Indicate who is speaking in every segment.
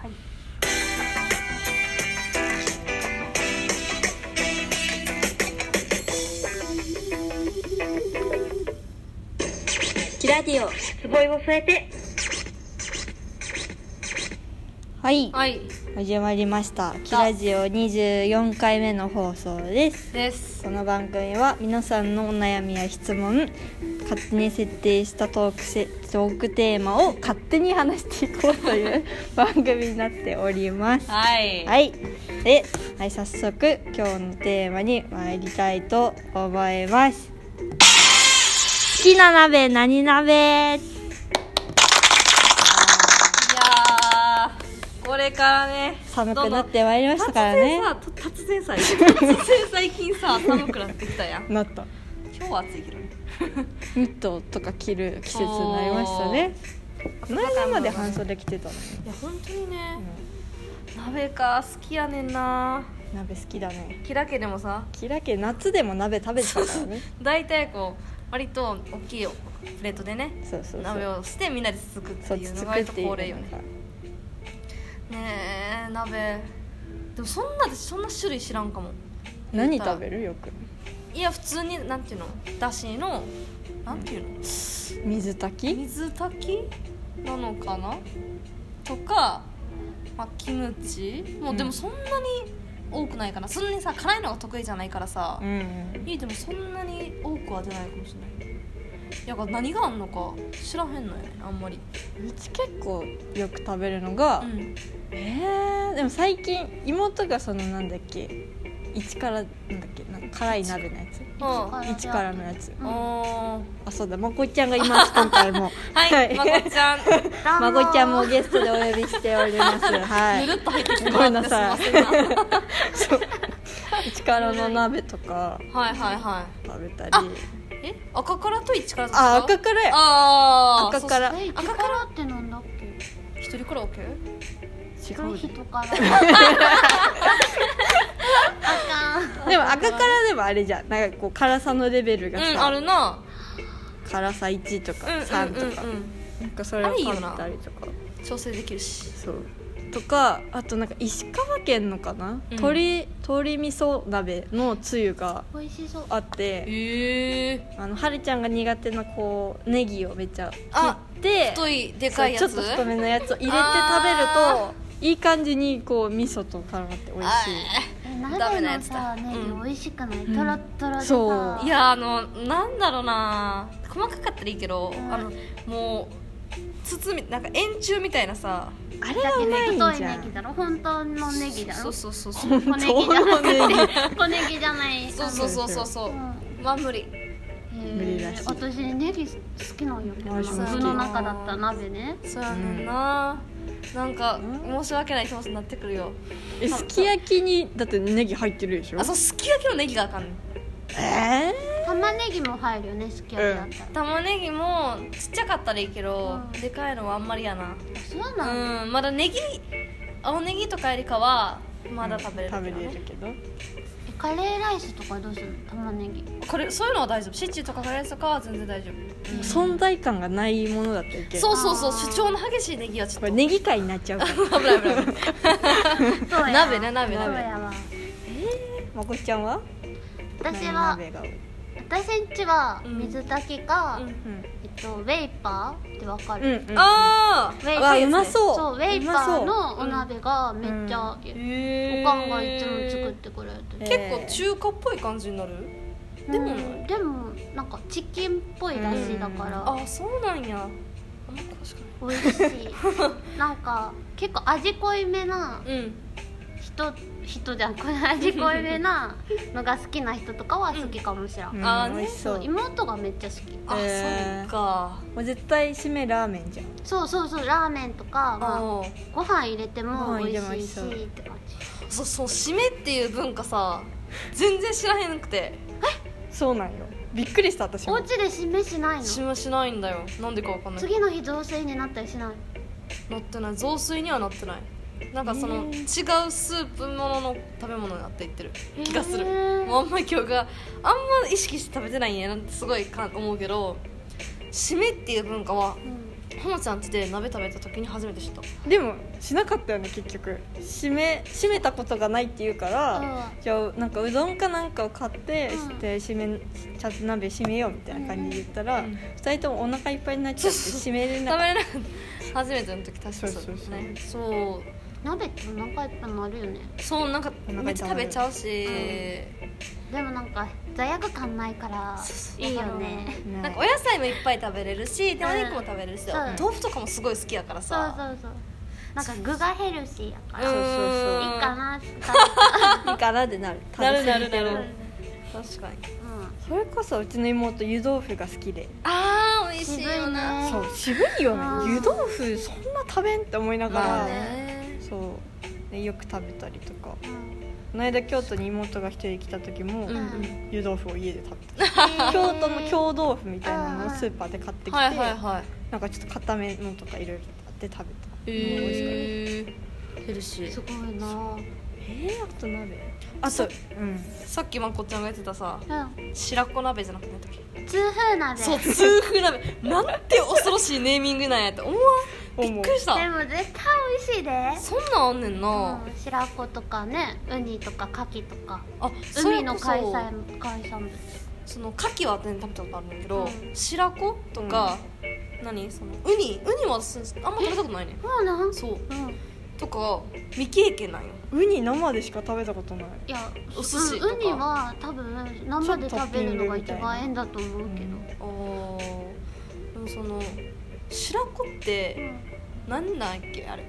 Speaker 1: はい
Speaker 2: キラディオ
Speaker 3: すごいを添えて
Speaker 2: はい
Speaker 1: はい
Speaker 2: 始まりましたキラジオ24回目の放送です
Speaker 1: です
Speaker 2: この番組は皆さんのお悩みや質問勝手に設定したトークせトークテーマを勝手に話していこうと いう番組になっておりますは
Speaker 1: はい
Speaker 2: い、で、はい、早速今日のテーマに参りたいと思います好きな鍋何鍋
Speaker 1: いやーこれからね
Speaker 2: 寒くなってまいりましたからね
Speaker 1: 突然さ突然さ突然最近さ寒くなってき たやん
Speaker 2: なった
Speaker 1: 今日は暑いけどね
Speaker 2: ニットとか着る季節になりましたねこの間まで半袖着てたのに、
Speaker 1: いや本当にね、鍋か好きやねんな
Speaker 2: 鍋好きだね
Speaker 1: キラ家でもさ
Speaker 2: キラ家夏でも鍋食べてたからね
Speaker 1: 大体こう割と大きいプレートでね
Speaker 2: そうそうそう
Speaker 1: 鍋をしてみんなでつつくって
Speaker 2: そう
Speaker 1: い
Speaker 2: つ
Speaker 1: う
Speaker 2: つ
Speaker 1: の
Speaker 2: くっ
Speaker 1: が割と
Speaker 2: ていう
Speaker 1: 恒
Speaker 2: のが
Speaker 1: 例よねねえ鍋でもそんな私そんな種類知らんかも
Speaker 2: 何食
Speaker 1: る
Speaker 2: べるよく
Speaker 1: いや普通になんていうのだしのなんていうの、
Speaker 2: 水炊き
Speaker 1: 水炊きなのかなとか、まあ、キムチも
Speaker 2: うん
Speaker 1: うでもそんなに多くないかな、そんなにさ辛いのが得意じゃないからさ
Speaker 2: う、ん
Speaker 1: いいでもそんなに多くは出ないかもしれないいや何があんのか知らへんのよねあんまり
Speaker 2: うち結構よく食べるのが、
Speaker 1: うん
Speaker 2: えー、でも最近妹がそのなんだっけ一からなんだっけなんか辛い鍋のやつ
Speaker 1: あ
Speaker 2: 一からのやつ
Speaker 1: あー
Speaker 2: あそうだまこっちゃんがい ます今回も
Speaker 1: はい、まこちゃん。
Speaker 2: まこちゃんもゲストでお呼びしております。はい
Speaker 1: ぬ。るっと入ってきて
Speaker 2: ご
Speaker 1: もら
Speaker 2: め
Speaker 1: っ
Speaker 2: ん
Speaker 1: て
Speaker 2: なさい
Speaker 1: すいません
Speaker 2: そう。力の鍋とか
Speaker 1: はいはいは
Speaker 2: 食べたり。
Speaker 1: あい。え、赤からと一からですか
Speaker 2: あ、赤からや。
Speaker 1: あー
Speaker 2: 赤から
Speaker 1: そ
Speaker 4: え、
Speaker 1: う
Speaker 4: 一からってなんだっけ
Speaker 1: 一人から OK?
Speaker 2: 違
Speaker 4: 一人
Speaker 2: う。
Speaker 4: からあ
Speaker 2: でも赤からでもあれじゃん。なんかこう辛さのレベルが
Speaker 1: うん、
Speaker 2: さ、
Speaker 1: あるな。
Speaker 2: 辛さ一とか
Speaker 1: うんうん
Speaker 2: 三
Speaker 1: う
Speaker 2: と
Speaker 1: ん
Speaker 2: か、
Speaker 1: う
Speaker 2: なんかそれを食べたりとか、
Speaker 1: ん。調整できるし。
Speaker 2: そう。とかあとなんか石川県のかな、
Speaker 1: うん
Speaker 2: 鶏鶏味噌鍋のつゆが
Speaker 4: かん美味しそう
Speaker 2: あって、
Speaker 1: ええ。
Speaker 2: あのはるちゃんが苦手なこうネギをめっちゃ切って、
Speaker 1: 太いでかいやつ。
Speaker 2: そうちょっと太
Speaker 1: あ
Speaker 2: めのやつを入れて食べる
Speaker 1: あ
Speaker 2: といい感じにこう味噌と絡まって美味し
Speaker 4: え
Speaker 1: ダメ
Speaker 4: 鍋
Speaker 1: なや
Speaker 4: の
Speaker 1: つだ
Speaker 4: さネ
Speaker 1: うん
Speaker 4: ギ美味しくないトロットロでさ
Speaker 2: そう
Speaker 1: ーいや、あの、なんだろうな。細かかったらいいけど、あの、もう。包み、なんか円柱みたいなさ。
Speaker 2: いあれ
Speaker 4: だ
Speaker 2: が
Speaker 4: って
Speaker 2: うまいんじ
Speaker 4: ね太
Speaker 2: ゃ
Speaker 4: いネギ
Speaker 2: ん
Speaker 4: だろ本当のネギだ
Speaker 1: そ
Speaker 4: ろ
Speaker 1: うそうそうそう。
Speaker 4: 小ネギじゃな
Speaker 2: 本当のネ
Speaker 4: くて小ネギじゃない。
Speaker 1: そうそうそうそうそううんまあ無理。
Speaker 2: 無理らしい
Speaker 4: 私ネギ好きなんよけどな
Speaker 2: 私
Speaker 1: も好き
Speaker 4: 具の中だったら鍋ね
Speaker 1: そうやねんな。なんか
Speaker 2: う
Speaker 1: 申し訳ない気持ちになってくるよ。
Speaker 2: えすき焼きにだってネギ入ってるでしょ
Speaker 1: あ、そうすき焼きのネギがあかんねん。
Speaker 2: え
Speaker 4: 玉ねぎも入るよねすき焼きだったら
Speaker 1: 玉ねぎもちっちゃかったらいいけど、
Speaker 4: うん
Speaker 1: でかいのはあんまりやな
Speaker 4: そうなんだ
Speaker 1: うんまだネギ青ネギとかよりかはまだ食べれるけどね、
Speaker 2: 食べれるけど
Speaker 4: えカレーライスとかどうするの玉ねぎ
Speaker 1: これそういうのは大丈夫シチューとかカレーとかは全然大丈夫、うん
Speaker 2: 存在感がないものだったらいける
Speaker 1: そうそうそう
Speaker 4: あー
Speaker 1: 主張の激しいネギはち
Speaker 2: こ
Speaker 1: ょっ
Speaker 2: とれネギ界になっち ゃうから
Speaker 1: 危ない危 ない危ない
Speaker 4: そうやわ
Speaker 1: 鍋ね鍋
Speaker 4: そう
Speaker 1: 鍋
Speaker 4: やわ
Speaker 2: まこっちゃんは
Speaker 4: 私
Speaker 2: 何
Speaker 4: は
Speaker 2: 鍋が多い
Speaker 4: 私んちは
Speaker 1: うん
Speaker 4: 水炊きか、
Speaker 1: うん
Speaker 4: えっとウェイパーってわか
Speaker 2: うん
Speaker 4: る、
Speaker 2: うんうん
Speaker 1: あ
Speaker 4: ウェイ
Speaker 2: う
Speaker 4: パ
Speaker 2: わ
Speaker 4: ー
Speaker 2: うまそう
Speaker 4: そうウェイパー
Speaker 2: うま
Speaker 4: のお鍋がめっちゃ、
Speaker 1: ーへ
Speaker 4: お
Speaker 1: ー
Speaker 4: かんがいつも作ってくれると、
Speaker 2: え
Speaker 1: 結構中華っぽい感じになる、でも
Speaker 4: うんでもなんかチキンっぽいだしだから
Speaker 1: あ、あそうなんやあんま詳しく
Speaker 4: 美味しいなんか結構味濃いめな
Speaker 1: ないうん
Speaker 4: 人人じゃんこれ味濃い めなのが好きな人とかは好きかもしれん、
Speaker 2: う
Speaker 1: あー
Speaker 2: ん
Speaker 1: ね
Speaker 2: 美味しそ
Speaker 4: そうう妹がめっちゃ好き
Speaker 1: あ、
Speaker 2: へー
Speaker 1: そうか
Speaker 2: もう絶対締めラーメンじゃん
Speaker 4: そうそうそうラーメンとか、まあ、
Speaker 1: あー
Speaker 4: ご飯入れても
Speaker 2: ご飯入れ
Speaker 4: 美味しいし
Speaker 2: ても美味
Speaker 4: って感じ
Speaker 1: そうそう締めっていう文化さ全然知らへんくて
Speaker 2: そうなんよびっくりした私
Speaker 4: お
Speaker 2: も
Speaker 4: 家で締めしないの
Speaker 1: 締めしないんだよなんでかわかんない
Speaker 4: 次の日雑炊になったりしない
Speaker 1: 乗ってない雑炊にはなってないなんかその、
Speaker 2: へー
Speaker 1: 違うスープものの食べ物になっていってる気がする
Speaker 4: へー
Speaker 1: もうあんまり今日があんま意識して食べてないんやなってすごいか思うけど締めっていう文化は
Speaker 4: うん
Speaker 1: へほのちゃん家で鍋食べた時に初めて知った
Speaker 2: でもしなかったよね結局閉め閉めたことがないって言うから、
Speaker 4: う
Speaker 2: じゃあなんかうどんかなんかを買って、
Speaker 4: うん
Speaker 2: で閉めちゃんと鍋閉めようみたいな感じで言ったら、
Speaker 1: う
Speaker 2: 二
Speaker 1: ん
Speaker 2: 人ともお腹いっぱいになっちゃって
Speaker 1: そうそう
Speaker 2: 閉めれ
Speaker 1: 食べ
Speaker 2: なかっ
Speaker 1: れなかった初めての時確か
Speaker 2: そうそうそう
Speaker 1: ねそ
Speaker 4: 鍋ってお腹いっぱいになるよね
Speaker 1: うそうなんか
Speaker 2: お腹
Speaker 1: めっちゃ食べちゃうし、
Speaker 4: でもなんか罪悪感ないから
Speaker 1: そうそう
Speaker 4: いいよね
Speaker 2: た
Speaker 1: なんかお野菜もいっぱい食べれるしでお肉も食べれるし、
Speaker 4: うん
Speaker 1: 豆腐とかもすごい好きやから
Speaker 4: そう
Speaker 1: さ
Speaker 4: そうそうなんか具がヘルシーやから
Speaker 2: そう
Speaker 4: い
Speaker 2: そうそう
Speaker 1: ーん
Speaker 4: いかなって
Speaker 2: いいかなってなる
Speaker 1: なるなる
Speaker 2: 食べ過ぎて
Speaker 1: なる確かに
Speaker 4: うん
Speaker 2: それこそうちの妹湯豆腐が好きで、
Speaker 1: あー美味しいよな
Speaker 4: うん
Speaker 2: そう渋いよね
Speaker 4: あー
Speaker 2: 湯豆腐そんな食べんって思いながら、
Speaker 1: ま
Speaker 4: あ
Speaker 1: あね
Speaker 2: そうでよく食べたりとか
Speaker 4: うん
Speaker 2: この間京都に妹が一人来た時も、
Speaker 1: うん
Speaker 4: うん
Speaker 2: 湯豆腐を家で食べ た京都の京豆腐みたいなのをスーパーで買ってきて、
Speaker 1: はいはいはい
Speaker 2: なんかちょっと固めのとかいろいろあって食べた
Speaker 1: へえヘルシ
Speaker 4: す
Speaker 1: ー
Speaker 4: ごいな
Speaker 2: えー、あと鍋あとうん
Speaker 1: さっきまこちゃんが言ってたさ
Speaker 4: うん
Speaker 1: 白子鍋じゃなくてなんだっけ
Speaker 4: 痛風鍋
Speaker 1: そう痛風鍋なんて恐ろしいネーミングなんやって思わんびっくりした
Speaker 4: でも絶対美味しいで
Speaker 1: そんなんあんねんな、
Speaker 4: うん白子とかねウニとかカキとか
Speaker 1: あそれ
Speaker 4: 海の
Speaker 1: こ
Speaker 4: 海
Speaker 1: そ
Speaker 4: 産海産物
Speaker 1: その牡蠣は全然食べたことあるんだけど、
Speaker 4: うん
Speaker 1: 白子とか、何そのウニウニはすあんま食べたことないね
Speaker 4: もうなん
Speaker 1: そう
Speaker 4: うん
Speaker 1: とか未経験なんよ
Speaker 2: ウニ生でしか食べたことない
Speaker 4: いや
Speaker 1: お寿司と
Speaker 4: う
Speaker 1: か
Speaker 4: んウニは多分生で食べるのが一番ええんだと思うけど
Speaker 1: あーでもその白子って何なんやっけあれ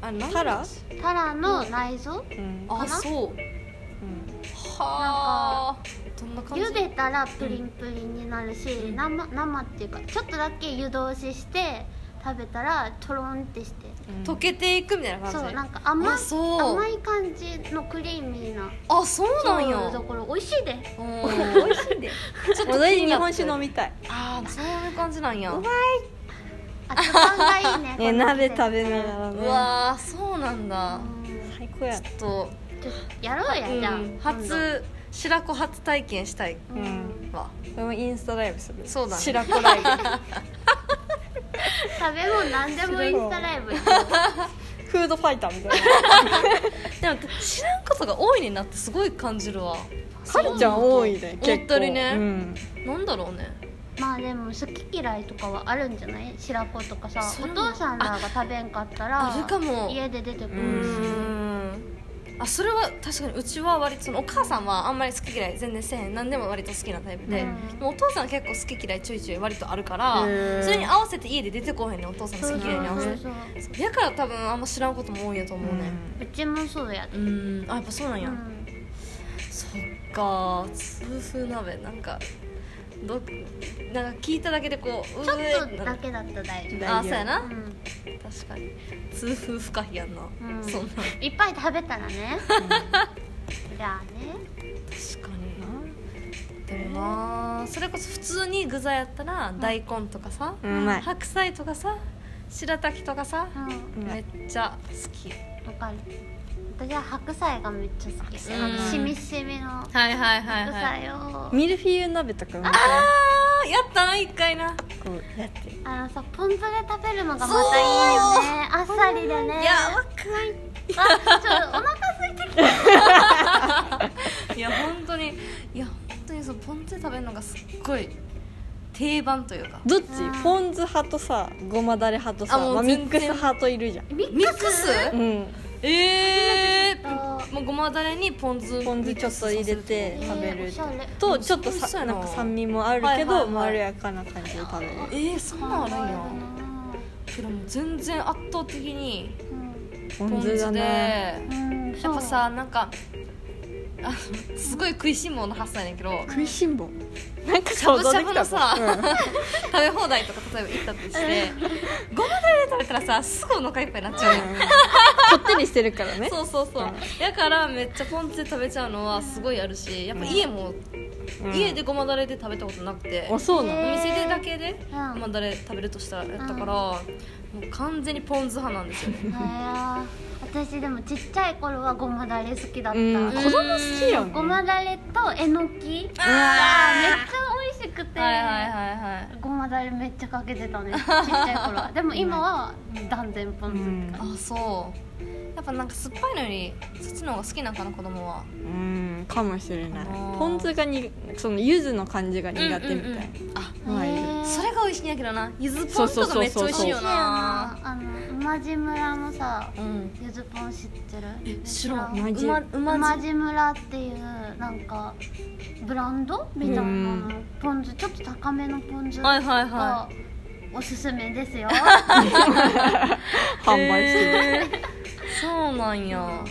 Speaker 1: あれ何
Speaker 2: タラ
Speaker 4: うんタラの内臓
Speaker 2: うん
Speaker 1: あ
Speaker 4: かな
Speaker 1: そう
Speaker 2: うん
Speaker 1: はあどんな感じ
Speaker 4: 茹でたらプリンプリンになるし、
Speaker 1: ん
Speaker 4: 生生っていうかちょっとだけ湯通しして食べたらとろんってして
Speaker 2: うん
Speaker 1: 溶けていくみたいな感じ
Speaker 4: そうなんか甘
Speaker 1: あそう
Speaker 4: 甘い感じのクリーミーな
Speaker 1: あそうなんや
Speaker 4: そういうところ美味しいで
Speaker 1: う ん
Speaker 2: 美味しいで同じ日本酒飲みたい
Speaker 1: ああそういう感じなんや
Speaker 2: う
Speaker 1: う
Speaker 2: ま
Speaker 4: あ食感がいい
Speaker 2: ね
Speaker 4: ね
Speaker 2: 鍋食べなが
Speaker 4: ら
Speaker 2: らね
Speaker 1: わーそうなんだ
Speaker 2: 最高や
Speaker 1: ちょっと
Speaker 4: ちょっとやろうや、じゃあ
Speaker 1: うん初白子初体験したい
Speaker 4: 今
Speaker 2: う
Speaker 4: 度うん
Speaker 2: ん
Speaker 1: わ
Speaker 2: これもインスタライブする
Speaker 1: そうだね
Speaker 2: 白子ライ
Speaker 4: 食べ物何でもインスタライブ行こ
Speaker 2: ブ フードファイターみたい
Speaker 1: でも知らんことが多いになってすごい感じるわ
Speaker 2: なかりちゃん多い ね結構
Speaker 1: 本当にね
Speaker 2: うん
Speaker 1: なんだろうね
Speaker 4: うまあでも好き嫌いとかはあるんじゃない白子とかさ
Speaker 1: そ
Speaker 4: お
Speaker 1: うなの
Speaker 4: 父さんらが食べんかったら
Speaker 1: あるかも
Speaker 4: 家で出てく
Speaker 1: う
Speaker 4: るし、
Speaker 1: ーんあそれは確かにうちは割とそのお母さんはあんまり好き嫌い全然せえへん何でも割と好きなタイプで、
Speaker 4: うん
Speaker 1: でもお父さん結構好き嫌いちょいちょい割とあるから
Speaker 2: へー
Speaker 1: それに合わせて家で出てこへんねんお父さんの
Speaker 4: そう
Speaker 1: 好き
Speaker 4: そう
Speaker 1: 嫌いに合わせて
Speaker 4: そう
Speaker 1: そうやから多分あんま知らんことも多いんやと思うね
Speaker 4: うちもそうやで、
Speaker 1: うんあやっぱそうなんや、
Speaker 4: うん
Speaker 1: そっか痛風鍋なんかどなんか聞いただけでこう
Speaker 4: ちょ
Speaker 1: う
Speaker 4: っ
Speaker 1: え
Speaker 4: とだけだったら大丈
Speaker 1: あそうやな、
Speaker 4: 夫、うん
Speaker 1: 確かに痛風不可避やんな、
Speaker 4: うん
Speaker 1: そんな確
Speaker 4: いっぱい食べた らねじゃあね
Speaker 1: かにでもなそれこそ普通に具材やったら大根とかさ、
Speaker 2: うんうまい
Speaker 1: 白菜とかさ白滝とかさ、
Speaker 4: うん
Speaker 2: うま
Speaker 1: め
Speaker 2: い
Speaker 1: っちゃ好き
Speaker 4: わかる私は白菜がめっちゃ好きであの
Speaker 1: うん
Speaker 4: しみしみの
Speaker 1: はいはいは
Speaker 4: 白
Speaker 1: い
Speaker 4: 菜を、
Speaker 2: ミルフィーユ鍋とかうまい
Speaker 1: あーやったな一回な
Speaker 2: こうやって
Speaker 4: あのさポン酢で食べるのがまたいいよねあっさりでね
Speaker 1: いやわ
Speaker 4: あちょっとお腹空いてきた
Speaker 1: いや本当にいや本当にそうポン酢で食べるのがすっごい定番というか
Speaker 2: どっち
Speaker 4: うん
Speaker 2: ポン酢派とさごまだれ派とさ
Speaker 1: あもう
Speaker 2: まあミ
Speaker 1: 全然
Speaker 2: ックス派といるじゃん
Speaker 4: ミッ
Speaker 1: ミッ
Speaker 4: ク
Speaker 1: クス
Speaker 4: ス
Speaker 2: うん
Speaker 1: ええ
Speaker 4: と
Speaker 1: もうごまだれにポン酢
Speaker 2: ポン酢ちょっと入れて
Speaker 4: えー
Speaker 2: 食べる
Speaker 4: おしゃれ
Speaker 2: とちょっと
Speaker 1: 美味しそう
Speaker 2: さ
Speaker 1: やな
Speaker 2: なんか酸味もある
Speaker 1: はい
Speaker 2: け
Speaker 1: はいは
Speaker 2: ど
Speaker 1: い
Speaker 2: まろやかな感じで食べる
Speaker 1: ええそんなんあるんやけどもう全然圧倒的に
Speaker 2: ポ
Speaker 1: ポン
Speaker 2: ン酢
Speaker 1: 酢
Speaker 2: だ
Speaker 1: で
Speaker 2: ね
Speaker 1: や
Speaker 4: うん
Speaker 1: っぱさなんかあのすごい食いしん坊の発想やねんけど
Speaker 2: 食いしん坊なんか想像できた
Speaker 1: し
Speaker 2: ぞ
Speaker 1: ゃぶしゃぶ
Speaker 2: うん
Speaker 1: 食べ放題とか例えば行ったとしてごまだれで食べたらさすぐお腹いっぱいになっちゃうやん
Speaker 2: こってりしてるから ね
Speaker 1: そうそうそう
Speaker 2: うん
Speaker 1: だからめっちゃポン酢で食べちゃうのはすごいあるしやっぱ家も
Speaker 2: うん
Speaker 1: 家でごまだれで食べたことなくて
Speaker 2: あそうな
Speaker 1: お
Speaker 2: の
Speaker 4: へー
Speaker 1: 店でだけで
Speaker 4: うん
Speaker 1: ごまだれ食べるとしたらやったからもう完全にポン酢派なんですよね
Speaker 4: あー私でもちっちゃい頃はごまだれ好きだった、
Speaker 2: うん子供好きよね
Speaker 4: ごまだれとえ
Speaker 2: う
Speaker 4: のき
Speaker 2: わ
Speaker 4: めっちゃ美味しくくて、
Speaker 1: はいはいはいはい
Speaker 4: ごまだれめっちゃかけてたねちっちゃい頃はでも今は断然ポン酢って感
Speaker 1: あそうやっぱなんか酸っぱいのよりそっちの方が好きなんかな子供は
Speaker 2: うんかもしれない
Speaker 1: あー
Speaker 2: ポン酢がにその柚子の感じが苦手みたい
Speaker 1: うんうんうんあ
Speaker 4: じ、
Speaker 2: うまい
Speaker 4: へー
Speaker 1: それが美味しいんやけどなゆずポン酢とかめっちゃ美味しい
Speaker 4: 美味しい
Speaker 1: よ
Speaker 4: よ
Speaker 1: な
Speaker 4: なあの馬路村のさ
Speaker 1: うん
Speaker 4: ゆずポン知ってる
Speaker 1: 知らん
Speaker 2: うまじ
Speaker 1: うまうま
Speaker 4: 馬
Speaker 1: じ
Speaker 4: 路村っていうなんかブランドみたいなののポン酢ちょっと高めのポン酢
Speaker 1: はいはい
Speaker 4: が
Speaker 1: は
Speaker 4: おすすめ ですよ
Speaker 2: 販売してる、
Speaker 1: いへーそうなんや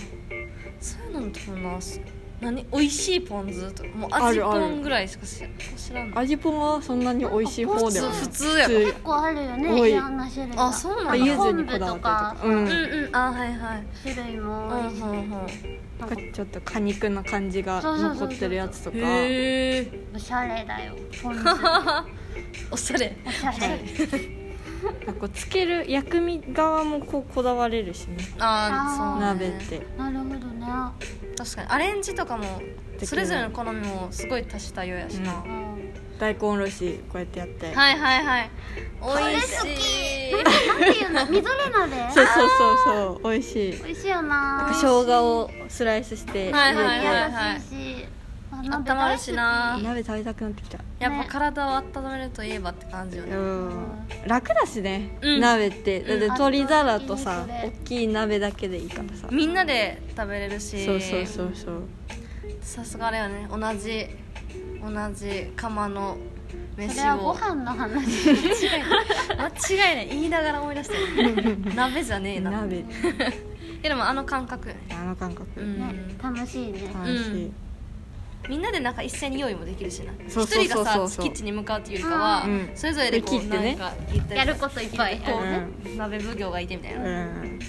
Speaker 1: そういうのとかなす何美味しいポン酢とかもう
Speaker 2: あ
Speaker 1: 味
Speaker 2: るあ
Speaker 1: ポ
Speaker 2: る
Speaker 1: ンぐらいしか知知らんの
Speaker 2: 味ポンはそんなに美味しい方ではない
Speaker 1: 普通やろ
Speaker 2: 普
Speaker 4: 結構あるよ
Speaker 2: 多
Speaker 4: ね
Speaker 2: い
Speaker 4: いろんな種類が
Speaker 1: あそうな
Speaker 2: まあ
Speaker 1: ん
Speaker 2: 柚
Speaker 1: だ
Speaker 2: 子にこだわってるとか
Speaker 4: 昆布とか
Speaker 2: うん
Speaker 1: うんうんあはいはい
Speaker 4: 種類
Speaker 1: う
Speaker 4: も多いし
Speaker 1: んうんうん
Speaker 4: なん
Speaker 2: な
Speaker 4: か
Speaker 2: んかちょっと果肉の感じが残ってるやつとか
Speaker 1: へえ
Speaker 4: おしゃれだよポ ン酢
Speaker 1: おしゃれ
Speaker 4: おしゃれ
Speaker 2: なんかつける薬味側もこうこだわれるしね
Speaker 1: ああそう
Speaker 2: 鍋
Speaker 1: ね
Speaker 2: って
Speaker 4: なるほどね
Speaker 1: 確かにアレンジとかも
Speaker 2: きる
Speaker 1: それぞれの好みもすごい多種多様やしな、
Speaker 2: うん
Speaker 4: うん
Speaker 2: 大根おろしこうやってやって
Speaker 1: はいはいはい美味
Speaker 4: これ
Speaker 1: しい
Speaker 4: なんていうのみぞ れ
Speaker 2: そう
Speaker 4: 鍋
Speaker 2: そうそうそう美味しい
Speaker 4: 美味しいよな
Speaker 2: 生姜をスライスして
Speaker 1: はい
Speaker 2: 入れて
Speaker 1: はいはい
Speaker 4: 優しいあ
Speaker 1: 温まるしな
Speaker 2: 鍋食べたくなってきた
Speaker 1: やっぱ体を温めるといえばって感じよ
Speaker 2: う
Speaker 1: ね
Speaker 2: ん楽だしね、
Speaker 1: うん
Speaker 2: 鍋ってだって
Speaker 4: うん
Speaker 2: 鶏皿とさ
Speaker 4: あ
Speaker 2: 大きい鍋だけでいいからさ
Speaker 1: みんなで食べれるし
Speaker 2: そうそうそうそう
Speaker 1: さすがあれよね同じ同じ釜の
Speaker 4: そ
Speaker 1: 飯
Speaker 4: れはご
Speaker 1: を
Speaker 4: 飯の話
Speaker 1: 間違いない間違いない言いながら思い 出した鍋じゃねえな
Speaker 2: 鍋
Speaker 1: えでもあの感覚よね
Speaker 2: あの感覚
Speaker 1: うん、
Speaker 4: ね楽しいね
Speaker 2: 楽しい、
Speaker 1: うんみんなでなんか一斉に用意もできるしな
Speaker 2: そう
Speaker 1: 一
Speaker 2: そうそうそう
Speaker 1: 人がさキッチンに向かうっていうよりかは、
Speaker 2: うん
Speaker 1: それぞれでこ
Speaker 2: 切
Speaker 1: う
Speaker 2: って
Speaker 1: な
Speaker 2: ね
Speaker 1: んか行ったり
Speaker 4: やることいっぱい
Speaker 2: 嗯
Speaker 1: こう、
Speaker 2: うん
Speaker 1: 鍋奉行がいてみたいな、
Speaker 2: うん